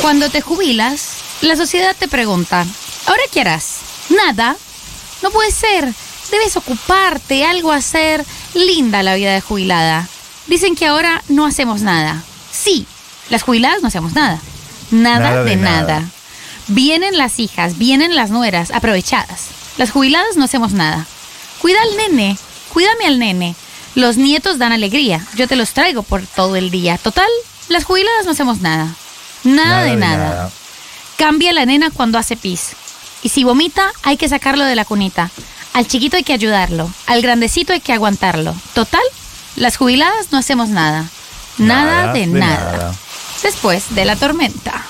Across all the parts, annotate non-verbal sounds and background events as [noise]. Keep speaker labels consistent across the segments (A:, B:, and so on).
A: Cuando te jubilas, la sociedad te pregunta, ¿ahora qué harás? Nada. No puede ser. Debes ocuparte, algo hacer. Linda la vida de jubilada. Dicen que ahora no hacemos nada. Sí, las jubiladas no hacemos nada. Nada,
B: Nada
A: de,
B: de
A: nada.
B: nada.
A: Vienen las hijas, vienen las nueras, aprovechadas. Las jubiladas no hacemos nada. Cuida al nene, cuídame al nene. Los nietos dan alegría. Yo te los traigo por todo el día. Total, las jubiladas no hacemos nada. Nada, de nada. Cambia la nena cuando hace pis. Y si vomita, hay que sacarlo de la cunita. Al chiquito hay que ayudarlo. Al grandecito hay que aguantarlo. Total, las jubiladas no hacemos nada. Nada, de, nada. Después de la tormenta.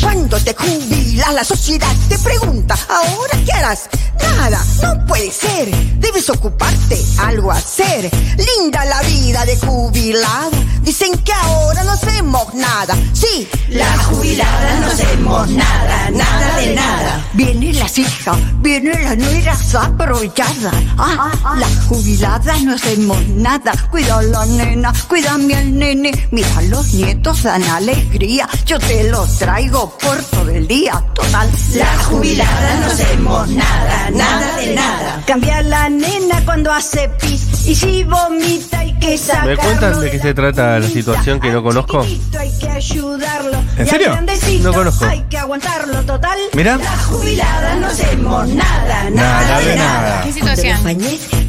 C: Cuando te jubilas, la sociedad te pregunta, ¿ahora qué harás? Nada, no puede ser. Debes ocuparte, algo hacer. Linda la vida de jubilada. Dicen que ahora no hacemos nada. Sí, la jubilada no hacemos nada, nada de nada. Vienen las hijas, vienen las nueras aprovechadas. Ah, las jubiladas no hacemos nada. Cuida a la nena, cuídame al nene. Mira, los nietos dan alegría. Yo te los traigo por todo el día. Total, la jubilada no hacemos nada, nada de nada.
D: Cambiar la nena cuando hace pis y si vomita hay que sacarlo.
E: ¿Me cuentas de qué se trata la situación que no
D: Al
E: conozco?
D: chiquitito Hay que ayudarlo.
B: ¿En
D: Y al
B: serio?
D: grandecito
E: No conozco.
D: Hay que aguantarlo total.
B: Mira.
D: La jubilada no hacemos nada, nada,
B: Nada de
D: de nada.
B: nada.
A: ¿Qué situación?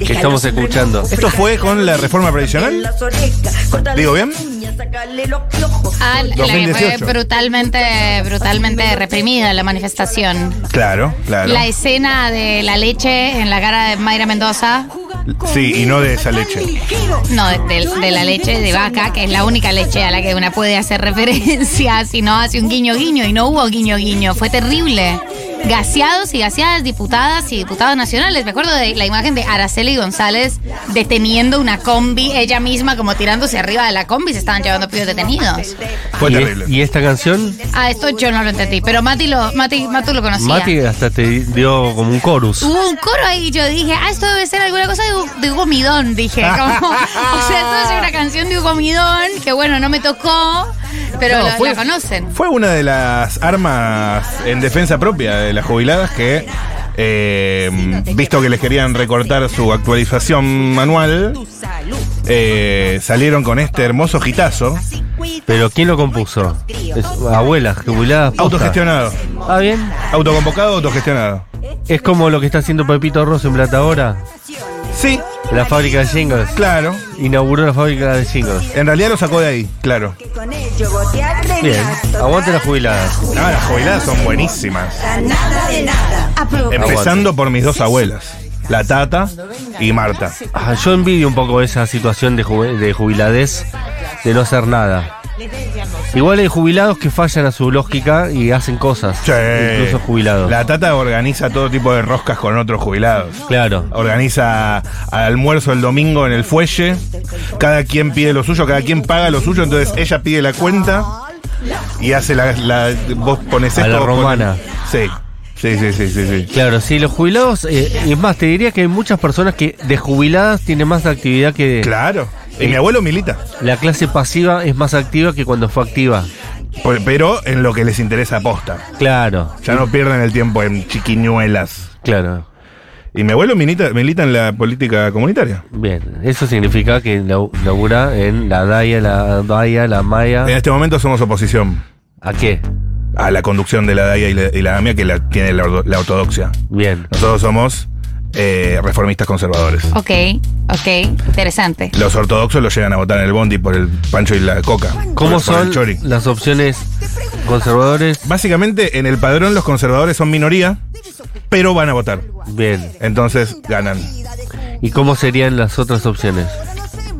E: Que estamos escuchando.
D: Cortale
B: ¿Esto fue con la reforma previsional?
D: las orejas, cortale
B: ¿Digo
D: las
B: bien?
D: uñas, sacale los piojos.
A: Ah, la que fue
B: 2018.
A: brutalmente, brutalmente reprimida la manifestación.
B: Claro, claro.
A: La escena de la leche en la cara de Mayra Mendoza.
B: Sí, y no de esa leche.
A: No, de, de- de la leche de vaca, que es la única leche a la que una puede hacer referencia, [laughs] si no hace un guiño guiño, y no hubo guiño guiño, fue terrible. Gaseados y gaseadas, diputadas y diputados nacionales. Me acuerdo de la imagen de Araceli González deteniendo una combi, ella misma como tirándose arriba de la combi, se estaban llevando pibes detenidos.
B: Fue
E: ¿Y,
B: terrible.
E: es- y esta canción?
A: Ah, esto yo no lo entendí, pero Mati lo, Mati, Matu lo conocía.
E: Mati hasta te dio como un chorus.
A: Hubo un coro ahí y yo dije, ah, esto debe ser alguna cosa de, Hu- de Hugo Midón, dije. Como, [laughs] o sea, esto es una canción de Hugo Midón, que bueno, no me tocó, pero
B: No,
A: lo-
B: fue-
A: la conocen.
B: Fue una de las armas en defensa propia de las jubiladas que, eh, visto que les querían recortar su actualización manual, eh, salieron con este hermoso gitazo
E: ¿Pero quién lo compuso? Es- abuelas, jubiladas. posta.
B: autogestionado.
E: Ah, bien.
B: Autoconvocado, autogestionado.
E: Es como lo que está haciendo Pepito Rosso en Plata ahora.
B: Sí,
E: La fábrica de jingles.
B: claro.
E: Inauguró la fábrica de jingles.
B: En realidad lo sacó de ahí, claro.
D: Con ello gotear de
E: Bien.
D: gato,
E: Aguante las jubiladas.
B: No, Ah, las jubiladas son buenísimas.
D: Nada de nada.
B: Empezando por mis dos abuelas, la Tata y Marta.
E: Ah, yo envidio un poco esa situación de, ju- de jubiladez, de no hacer nada. Igual hay jubilados que fallan a su lógica y hacen cosas.
B: Sí.
E: Incluso jubilados.
B: La Tata organiza todo tipo de roscas con otros jubilados.
E: Claro.
B: Organiza almuerzo el domingo en el fuelle. Cada quien pide lo suyo, cada quien paga lo suyo. Entonces ella pide la cuenta y hace la. la- vos pones
E: A
B: esto.
E: la
B: vos pones-
E: romana.
B: Sí. Sí, sí, sí, sí, sí.
E: Claro, sí, los jubilados, eh, es más, te diría que hay muchas personas que de jubiladas tienen más actividad que
B: Claro. Y
E: Sí.
B: mi abuelo milita.
E: la clase pasiva es más activa que cuando fue activa.
B: Por- Pero en lo que les interesa aposta.
E: Claro,
B: Ya no pierden el tiempo en chiquiñuelas.
E: claro.
B: Y mi abuelo milita, milita en la política comunitaria.
E: Bien, eso significa que lau- labura en la DAIA, la DAIA, la
B: En
E: MAIA.
B: este momento somos oposición
E: ¿A qué?
B: a la conducción de la DAIA y la, y la AMIA que la tiene la, ordo- la ortodoxia.
E: Bien.
B: Nosotros somos eh, reformistas conservadores.
A: Ok, ok, interesante.
B: Los ortodoxos los llegan a votar en el bondi por el pancho y la coca.
E: ¿Cómo
B: Por- por el
E: son
B: chori.
E: las opciones conservadores?
B: Básicamente, en el padrón los conservadores son minoría, pero van a votar.
E: Bien.
B: Entonces ganan.
E: ¿Y cómo serían las otras opciones?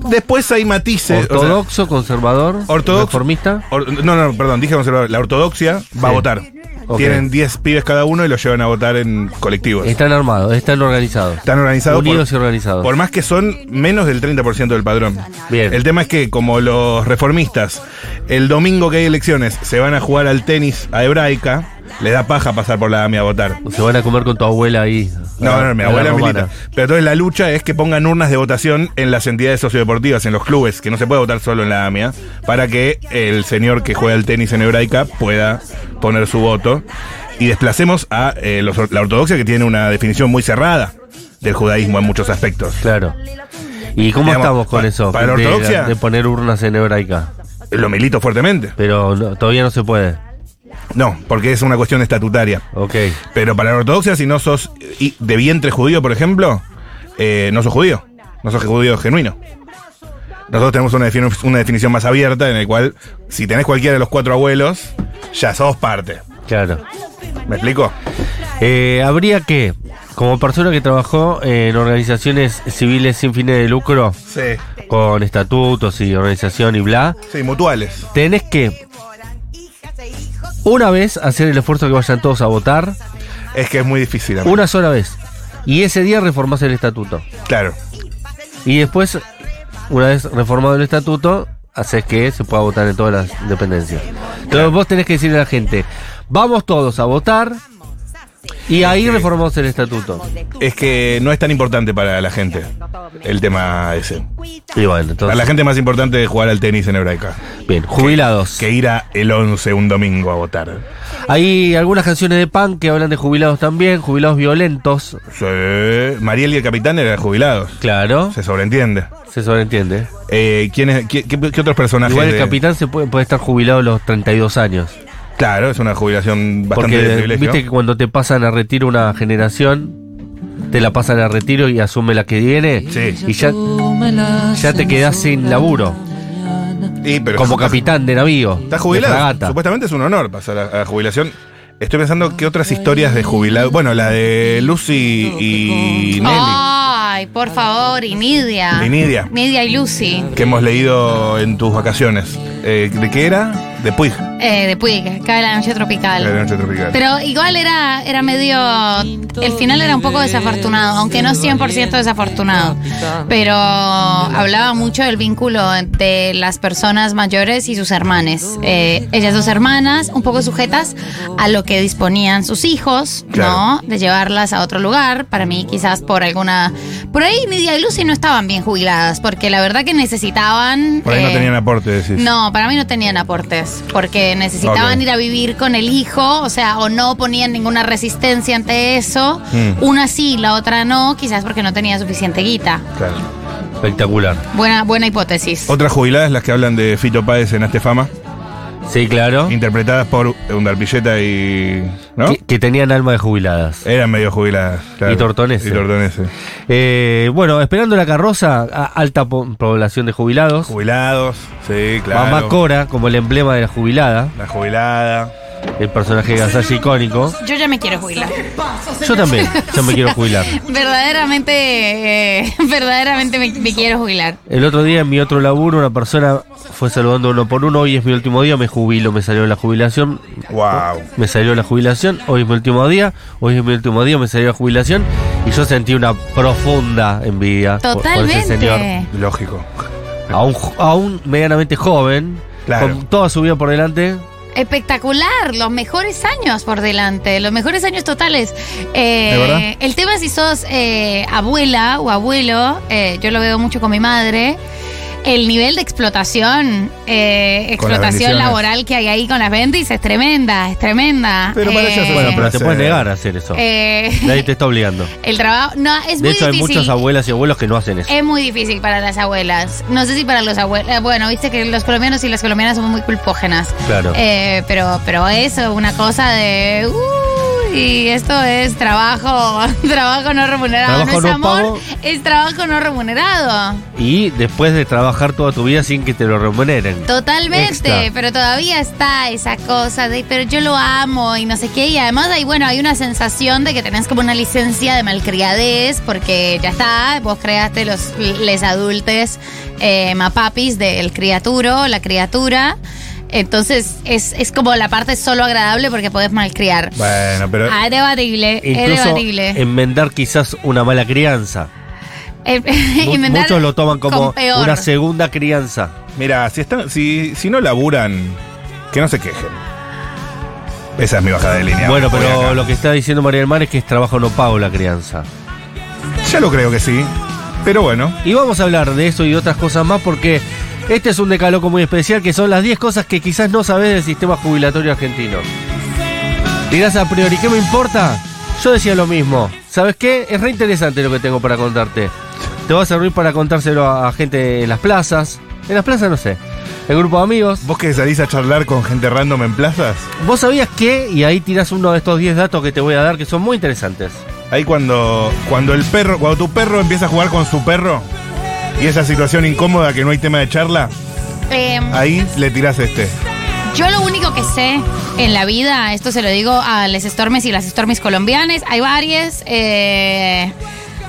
B: Después hay matices. o sea,
E: ¿Ortodoxo, conservador,
B: Ortodox-
E: reformista?
B: or- no, no, perdón, dije conservador. La ortodoxia va a
E: Sí.
B: votar.
E: Ok.
B: Tienen 10 pibes cada uno y los llevan a votar en colectivos.
E: Están armados, están organizados.
B: Están organizados
E: Unidos y
B: por,
E: organizados.
B: por más que son menos del 30% del padrón.
E: Bien.
B: El tema es que, como los reformistas, el domingo que hay elecciones se van a jugar al tenis a Hebraica, le da paja pasar por la AMI a votar.
E: Pues Se van a comer con tu abuela ahí.
B: No, no, no, mi
E: A la
B: abuela
E: romana.
B: milita. Pero entonces la lucha es que pongan urnas de votación en las entidades sociodeportivas, en los clubes, que no se puede votar solo en la AMIA, para que el señor que juega el tenis en hebraica pueda poner su voto. Y desplacemos a eh, los or- la ortodoxia, que tiene una definición muy cerrada del judaísmo en muchos aspectos.
E: Claro. ¿Y cómo
B: Digamos,
E: estamos con
B: pa-
E: eso?
B: para la
E: de,
B: ortodoxia?
E: de poner urnas en hebraica.
B: Lo milito fuertemente.
E: Pero no- todavía no se puede.
B: No, porque es una cuestión estatutaria.
E: Ok.
B: Pero para la ortodoxia, si no sos eh, y- de vientre judío, por ejemplo, eh, no sos judío. No sos judío genuino. Nosotros tenemos una, defini- una definición más abierta en la cual, si tenés cualquiera de los cuatro abuelos, ya sos parte.
E: Claro.
B: ¿Me explico?
E: Eh, habría que, como persona que trabajó en organizaciones civiles sin fines de lucro,
B: Sí.
E: con estatutos y organización y bla,
B: Sí, mutuales.
E: tenés que una vez hacer el esfuerzo que vayan todos a votar,
B: Es que es muy difícil. amigo.
E: una sola vez. Y ese día reformás el estatuto.
B: Claro.
E: Y después, una vez reformado el estatuto, haces que se pueda votar en todas las dependencias. Entonces vos tenés que decirle a la gente, vamos todos a votar y ahí reformamos el estatuto.
B: Es que no es tan importante para la gente el tema ese.
E: Y bueno,
B: Para la
E: entonces,
B: gente más importante es jugar al tenis en hebraica
E: bien, jubilados.
B: que ir a el 11 un domingo a votar.
E: Hay algunas canciones de punk que hablan de jubilados también, jubilados violentos,
B: Sí. Mariel y el capitán eran jubilados.
E: claro,
B: Se sobreentiende.
E: se sobreentiende.
B: Eh, ¿quién es- qué, qué- qué otros personajes?
E: Igual el
B: de-
E: capitán se puede, puede estar jubilado a los 32 años.
B: Claro, es una jubilación bastante de
E: Porque
B: privilegio.
E: viste que cuando te pasan a retiro una generación, te la pasan a retiro y asume la que viene.
B: Sí.
E: Y ya, ya te quedás sin laburo,
B: Y, pero
E: como
B: estás-
E: capitán de navío.
B: Estás
E: de
B: jubilado.
E: fragata.
B: Supuestamente es un honor pasar a, a la jubilación. Estoy pensando qué otras historias de jubilado. Bueno, la de Lucy y Nelly,
A: Ay, por favor, y Nidia.
B: Y Nidia.
A: Nidia y Lucy.
B: que hemos leído en tus vacaciones. Eh, ¿De qué era? De Puig.
A: Eh, de Puig, cae la noche tropical.
B: La noche tropical.
A: Pero igual era, era medio. El final era un poco desafortunado, aunque no 100% desafortunado. Pero hablaba mucho del vínculo entre las personas mayores y sus hermanas. Eh, ellas dos hermanas, un poco sujetas a lo que disponían sus hijos, ¿no?
B: Claro.
A: De llevarlas a otro lugar. Para mí, quizás por alguna. Por ahí Nidia y Lucy no estaban bien jubiladas, porque la verdad que necesitaban.
B: Por ahí no
A: eh,
B: tenían aporte, decís.
A: no, para mí no tenían aportes, porque necesitaban
B: Ok.
A: ir a vivir con el hijo, o sea, o no ponían ninguna resistencia ante eso.
B: Mm.
A: Una sí, la otra no, quizás porque no tenía suficiente guita.
B: Claro.
E: Espectacular.
A: Buena, buena hipótesis.
B: Otras jubiladas, las que hablan de Fito Páez en Astefama,
E: Sí, claro.
B: interpretadas por Undarpilleta y. ¿No?
E: Que, que tenían alma de jubiladas.
B: Eran medio jubiladas. claro.
E: Y tortoneses.
B: Y tortoneses.
E: Eh, bueno, esperando la carroza, a- alta po- población de jubilados.
B: Jubilados, sí, claro.
E: Mamá Cora, como el emblema de la jubilada,
B: La jubilada.
E: el personaje de Gasalla icónico.
A: Yo ya me quiero jubilar.
E: Yo también, yo me quiero jubilar.
A: [laughs] Verdaderamente, eh, [laughs] verdaderamente me, me quiero jubilar.
E: El otro día en mi otro laburo una persona fue saludando uno por uno, hoy es mi último día, me jubilo, me salió la jubilación,
B: Wow.
E: me salió la jubilación, hoy es mi último día, hoy es mi último día, me salió la jubilación y yo sentí una profunda envidia por- por ese señor,
A: Totalmente.
B: Lógico.
E: aún, jo- aún medianamente joven,
B: Claro.
E: con toda su vida por delante,
A: Espectacular, los mejores años por delante, los mejores años totales. Eh,
B: ¿De verdad?
A: El tema es si sos eh, abuela o abuelo, eh, yo lo veo mucho con mi madre. El nivel de explotación, eh,
B: Con las
A: explotación
B: bendiciones.
A: laboral que hay ahí con las bendis es tremenda, es tremenda.
B: Pero para ellas es
A: Eh,
B: bueno,
E: pero te
B: Placer.
E: puedes negar a hacer eso,
A: eh,
E: nadie te está
A: [laughs]
E: obligando.
A: el trabajo, no, es
E: De
A: muy
E: hecho hay
A: difícil. Eh.
E: muchas abuelas y abuelos que no hacen eso.
A: Es muy difícil para las abuelas. No sé si para los abuelos. Bueno, viste que los colombianos y las colombianas somos muy culpógenas.
E: Claro.
A: Eh, pero, pero eso, una cosa de. uy, y esto es trabajo, [laughs] trabajo no remunerado.
E: Trabajo
A: no es
E: no
A: amor,
E: pago.
A: es trabajo no remunerado.
E: Y después de trabajar toda tu vida sin que te lo remuneren.
A: Totalmente,
E: Extra.
A: pero todavía está esa cosa de, pero yo lo amo y no sé qué. Y además hay, bueno, hay una sensación de que tenés como una licencia de malcriadez porque ya está, vos creaste los les adultes eh, mapapis del criaturo, la criatura. Entonces es, es como la parte solo agradable porque podés malcriar.
B: Bueno, pero.
A: Ah, es debatible, es
E: Incluso
A: debatible.
E: enmendar quizás una
A: [laughs]
E: mala crianza.
A: Eh, [laughs]
E: Mu-
A: inventar
E: Muchos lo toman como
A: con peor.
E: una segunda crianza.
B: Mira, si, están, si, si no laburan, que no se quejen. Esa es mi bajada de línea.
E: Bueno,
B: Voy acá.
E: pero lo que está diciendo María del Mar es que es trabajo no pago la crianza.
B: Ya lo creo que sí. Pero bueno.
E: Y vamos a hablar de eso y otras cosas más porque este es un decaloco muy especial que son las 10 cosas que quizás no sabes del sistema jubilatorio argentino. Dirás a priori, ¿qué me importa? Yo decía lo mismo. ¿Sabes qué? Es re interesante lo que tengo para contarte. Te va a servir para contárselo a, a gente en las plazas. En las plazas no sé. El grupo de amigos.
B: ¿Vos que salís a charlar con gente random en plazas?
E: ¿Vos sabías qué? Y ahí tirás uno de estos 10 datos que te voy a dar que son muy interesantes.
B: Ahí cuando, cuando el perro, cuando tu perro empieza a jugar con su perro y esa situación incómoda que no hay tema de charla,
A: Em,
B: ahí le tirás este.
A: Yo lo único que sé en la vida, esto se lo digo a les Stormes y las Stormes colombianas, hay varias. eh,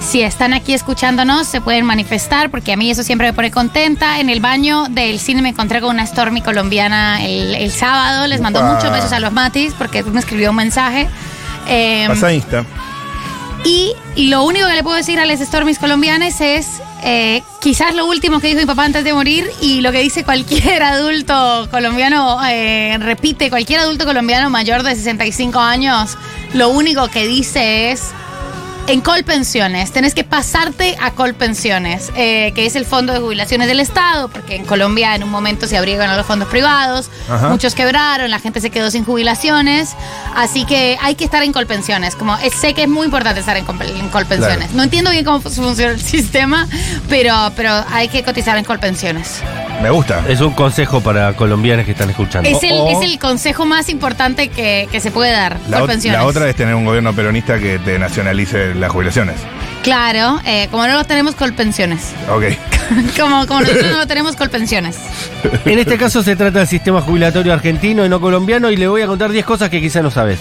A: si están aquí escuchándonos, se pueden manifestar, porque a mí eso siempre me pone contenta. En el baño del cine me encontré con una Stormy colombiana el, el sábado. Les mando
B: Upa.
A: muchos besos a los Matis, porque me escribió un mensaje. Em,
B: Pasa Insta.
A: y lo único que le puedo decir a las Stormies colombianas es eh, quizás lo último que dijo mi papá antes de morir y lo que dice cualquier [laughs] adulto colombiano, eh, repite, cualquier adulto colombiano mayor de 65 años, lo único que dice es... En Colpensiones, tenés que pasarte a Colpensiones, eh, que es el fondo de jubilaciones del Estado, porque en Colombia en un momento se abrieron a los fondos privados,
B: Ajá.
A: muchos quebraron, la gente se quedó sin jubilaciones, así que hay que estar en Colpensiones. Como eh, sé que es muy importante estar en, Colpe- en Colpensiones.
B: Claro.
A: No entiendo bien cómo fun- funciona el [laughs] sistema, pero, pero hay que cotizar en Colpensiones.
B: Me gusta.
E: Es un consejo para colombianos que están escuchando.
A: Es el,
B: o-
A: es el consejo más importante que, que se puede dar.
B: La, ot-
A: Colpensiones.
B: la otra es tener un gobierno peronista que te nacionalice las jubilaciones.
A: Claro, eh, como no lo tenemos Colpensiones.
B: Ok.
A: [laughs]
B: [laughs]
A: como, como nosotros no lo tenemos Colpensiones.
E: [laughs] En este caso se trata del sistema jubilatorio argentino y no colombiano y le voy a contar 10 cosas que quizás no sabes.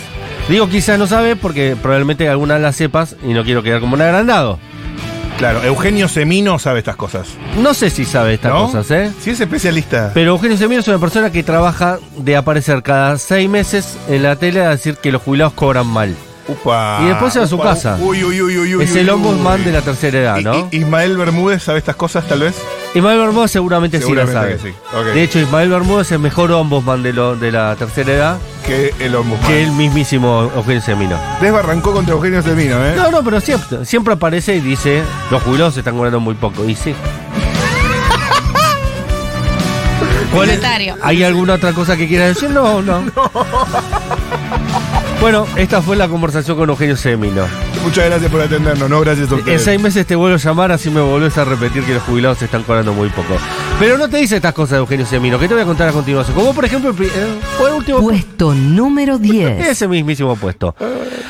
E: Digo quizás no sabes porque probablemente algunas las sepas y no quiero quedar como un agrandado.
B: Claro, Eugenio Semino sabe estas cosas.
E: No sé si sabe estas
B: ¿no?
E: cosas, ¿eh?
B: Sí, es especialista.
E: Pero Eugenio Semino es una persona que trabaja de aparecer cada 6 meses en la tele a decir que los jubilados cobran mal.
B: Upa.
E: Y después se va a su
B: Upa.
E: casa.
B: Uy, uy, uy, uy, uy,
E: es el
B: uy,
E: ombudsman
B: uy.
E: de la tercera edad,
B: I-
E: ¿no?
B: I- Ismael Bermúdez sabe estas cosas, tal vez.
E: Ismael Bermúdez seguramente, sí la sabe.
B: Seguramente que sí. Ok.
E: De hecho, Ismael Bermúdez es el mejor ombudsman de, lo- de la tercera edad
B: Que el ombudsman.
E: que el mismísimo Eugenio Semino.
B: Desbarrancó contra Eugenio Semino, ¿eh?
E: No, no, pero siempre, siempre aparece y dice, los jubilados se están cobrando muy poco. Y sí. ¿Cuál es-
A: Comentario.
E: ¿Hay alguna otra cosa que quieras decir?
B: [laughs]
E: No, no. Bueno, esta fue la conversación con Eugenio Semino.
B: Muchas gracias por atendernos, no gracias a
E: En
B: ustedes.
E: seis meses te vuelvo a llamar, así me volvés a repetir que los jubilados se están cobrando muy poco. Pero no te dice estas cosas de Eugenio Semino, que te voy a contar a continuación. Como por ejemplo, el, pri- eh, fue el último
F: Puesto número 10.
E: Ese mismísimo puesto.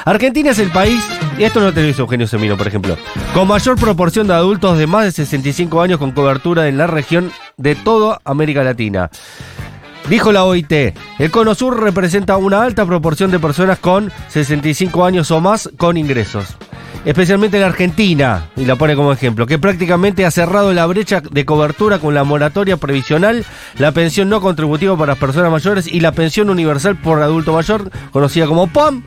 E: Argentina es el país, y esto no te lo hizo Eugenio Semino, por ejemplo, con mayor proporción de adultos de más de 65 años con cobertura en la región de toda América Latina. Dijo la OIT, el Cono Sur representa una alta proporción de personas con 65 años o más con ingresos. Especialmente la Argentina, y la pone como ejemplo, que prácticamente ha cerrado la brecha de cobertura con la moratoria previsional, la pensión no contributiva para las personas mayores y la pensión universal por adulto mayor, conocida como PAM.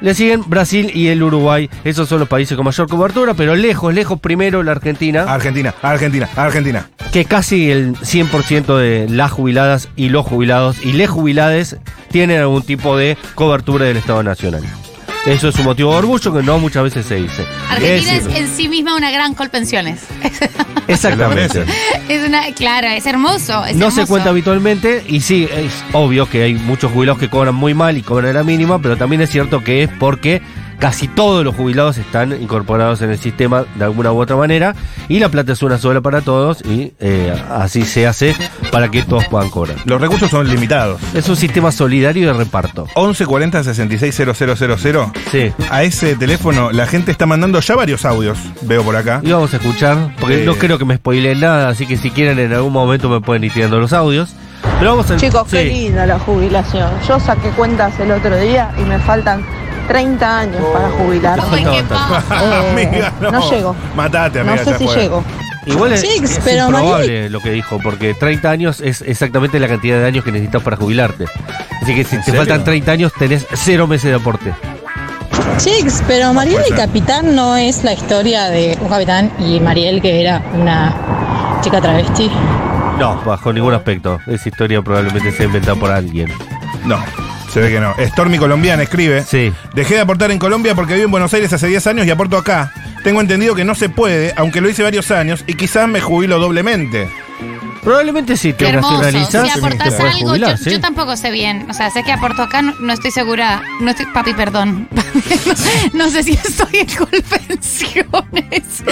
E: Le siguen Brasil y el Uruguay. Esos son los países con mayor cobertura, pero lejos, lejos primero la Argentina
B: Argentina, Argentina, Argentina.
E: que casi el 100% de las jubiladas y los jubilados y les jubilades tienen algún tipo de cobertura del Estado Nacional. Eso es un motivo de orgullo que no muchas veces se dice.
A: Argentina es
E: Es-
A: en sí misma una gran Colpensiones. [laughs]
B: Se lo
E: Exactamente.
B: merece.
A: Es una, claro, es hermoso. es
E: No se
A: hermoso.
E: cuenta habitualmente y sí, es obvio que hay muchos jubilados que cobran muy mal y cobran la mínima, pero también es cierto que es porque casi todos los jubilados están incorporados en el sistema de alguna u otra manera y la plata es una sola para todos y eh, así se hace para que todos puedan cobrar.
B: Los recursos son limitados.
E: Es un sistema solidario de reparto.
B: 1140 000.
E: Sí.
B: A ese teléfono la gente está mandando ya varios audios, veo por acá. [laughs]
E: Y vamos a escuchar, porque
B: Eh.
E: no creo que me spoileen nada, así que si quieren en algún momento me pueden ir tirando los audios. Pero vamos a
G: Chicos, qué
E: sí.
G: linda la jubilación. Yo saqué cuentas el otro día y me faltan 30 años
B: Oh,
G: para jubilarme.
A: Ay, qué paz.
B: [laughs]
G: Eh, no llego.
B: Matate,
G: No
B: amiga.
G: sé
B: ya
G: si
B: fue.
G: llego.
E: Igual es,
G: Six,
E: es
G: pero
E: improbable lo que dijo, porque 30 años es exactamente la cantidad de años que necesitas para jubilarte. Así que si
B: ¿En
E: te
B: serio?
E: faltan 30 años, tenés cero meses de aporte.
H: Chicos, pero Mariel y Capitán no es la historia de un capitán y Mariel que era una chica travesti.
E: No, bajo ningún aspecto. Esa historia probablemente sea inventada por alguien.
B: No, se ve que no. Stormy Colombiana escribe.
E: Sí.
B: Dejé de aportar en Colombia porque vivo en Buenos Aires hace 10 años y aporto acá. Tengo entendido que no se puede, aunque lo hice varios años y quizás me jubilo doblemente.
E: Probablemente si
A: Qué
E: te
A: hermoso. Si
E: nacionalizás.
A: aportás
E: te puedes
A: algo,
E: jubilar,
A: yo,
E: sí.
A: yo tampoco sé bien. O sea, sé que aporto acá, no, no estoy segura. No estoy, papi, perdón. [laughs] no, sé si estoy en colpensiones.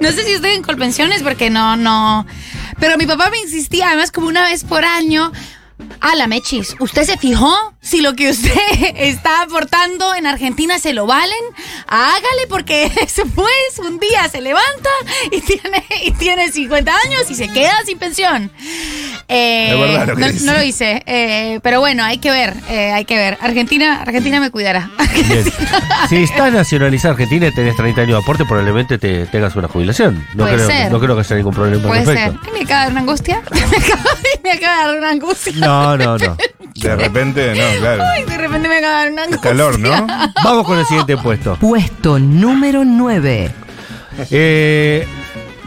A: No sé si estoy en colpensiones porque no, no. Pero mi papá me insistía, además, como una vez por año. A la Mechis, ¿usted se fijó si lo que usted [laughs] está aportando en Argentina se lo valen? Hágale porque [laughs] después un día se levanta y tiene, y tiene 50 años y se queda sin pensión. Eh,
B: Es verdad lo que
A: no,
B: dice.
A: no lo hice, eh, pero bueno, hay que ver, eh, hay que ver. Argentina, Argentina me cuidará. [laughs]
E: Bien. Si estás nacionalizada argentina y tenés 30 años de aporte, probablemente te tengas una jubilación. No,
A: Puede
E: creo,
A: ser.
E: no creo que haya ningún problema al
A: Puede ser.
E: respecto.
A: Ay, me acaba de dar una angustia. [laughs] Me acaba, me acaba de dar una angustia.
E: No, no, no.
B: De repente, no, claro.
A: Ay, de repente me acaba de dar una angustia.
B: Calor, ¿no?
E: Vamos con el siguiente puesto.
F: Puesto número 9.
E: Eh,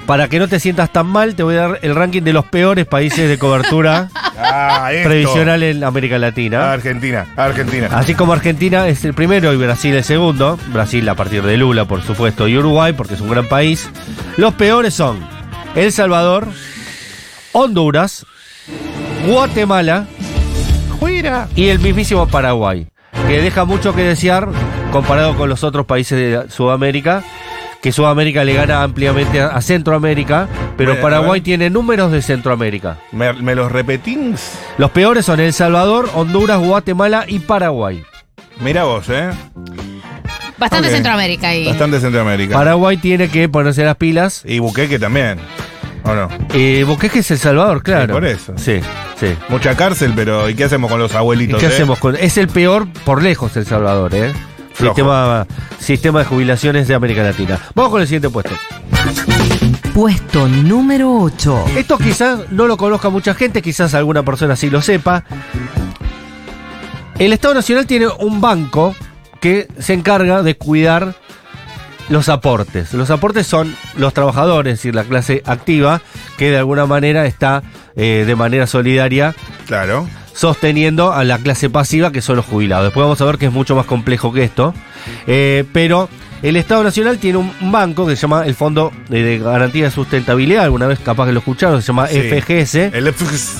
E: para que no te sientas tan mal, te voy a dar el ranking de los peores países de cobertura
B: Ah, esto.
E: tradicional en América Latina.
B: Argentina, Argentina.
E: Así como Argentina es el primero y Brasil el segundo, Brasil a partir de Lula, por supuesto, y Uruguay, porque es un gran país. Los peores son El Salvador, Honduras, Guatemala y el mismísimo Paraguay, que deja mucho que desear comparado con los otros países de Sudamérica, que Sudamérica le gana ampliamente a a Centroamérica, pero
B: Bueno, a
E: Paraguay
B: ver.
E: tiene números de Centroamérica.
B: ¿Me, me los repetís?
E: Los peores son El Salvador, Honduras, Guatemala y Paraguay.
B: Mira vos, ¿eh?
A: Bastante
B: Ok.
A: Centroamérica y.
B: Bastante Centroamérica.
E: Paraguay tiene que ponerse las pilas.
B: Y Buqueque también. ¿O no?
E: Eh, Boqueque es El Salvador, claro.
B: por eso.
E: Sí, sí.
B: Mucha cárcel, pero ¿y qué hacemos con los
E: ¿Y
B: abuelitos?
E: qué
B: eh?
E: hacemos con.? Es el peor por lejos El Salvador, ¿eh?
B: Flojo.
E: Sistema, sistema de jubilaciones de América Latina. Vamos con el siguiente puesto.
F: Puesto número 8.
E: Esto quizás no lo conozca mucha gente, quizás alguna persona sí lo sepa. El Estado Nacional tiene un banco que se encarga de cuidar los aportes. Los aportes son los trabajadores, es decir, la clase activa, que de alguna manera está eh, de manera solidaria
B: Claro.
E: sosteniendo a la clase pasiva que son los jubilados. Después vamos a ver que es mucho más complejo que esto. Eh, pero el Estado Nacional tiene un un banco que se llama el Fondo de de Garantía de Sustentabilidad, alguna vez capaz que lo escucharon, se llama
B: Sí. Eh,
E: FGS.
B: El FGS.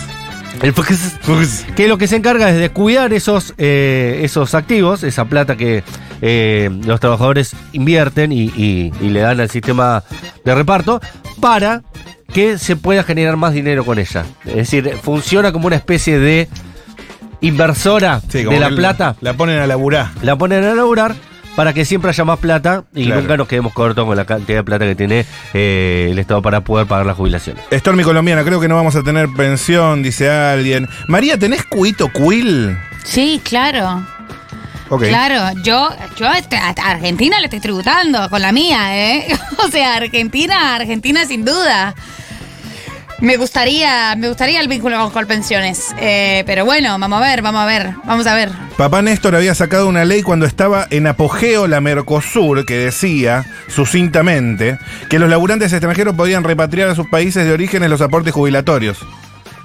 E: El FGS, que lo que se encarga es de cuidar esos, eh, esos activos, esa plata que eh, los trabajadores invierten y, y- y le dan al sistema de reparto, para que se pueda generar más dinero con ella. Es decir, funciona como una especie de inversora
B: Sí, como
E: de la
B: que
E: plata,
B: La ponen a laburar.
E: la ponen a laburar para que siempre haya más plata y
B: Claro.
E: nunca nos quedemos cortos con la cantidad de plata que tiene eh, el Estado para poder pagar las jubilaciones.
B: Stormy colombiana, creo que no vamos a tener pensión, dice alguien. María, ¿tenés cuito quill?
A: Sí, claro.
B: Ok.
A: Claro, yo, yo a a Argentina le estoy tributando con la mía, ¿eh? [laughs] O sea, Argentina, Argentina sin duda. Me gustaría, me gustaría el vínculo con Colpensiones. Eh, pero bueno, vamos a ver, vamos a ver, vamos a ver.
B: Papá Néstor había sacado una ley cuando estaba en apogeo la Mercosur que decía, sucintamente, que los laburantes extranjeros podían repatriar a sus países de orígenes los aportes jubilatorios.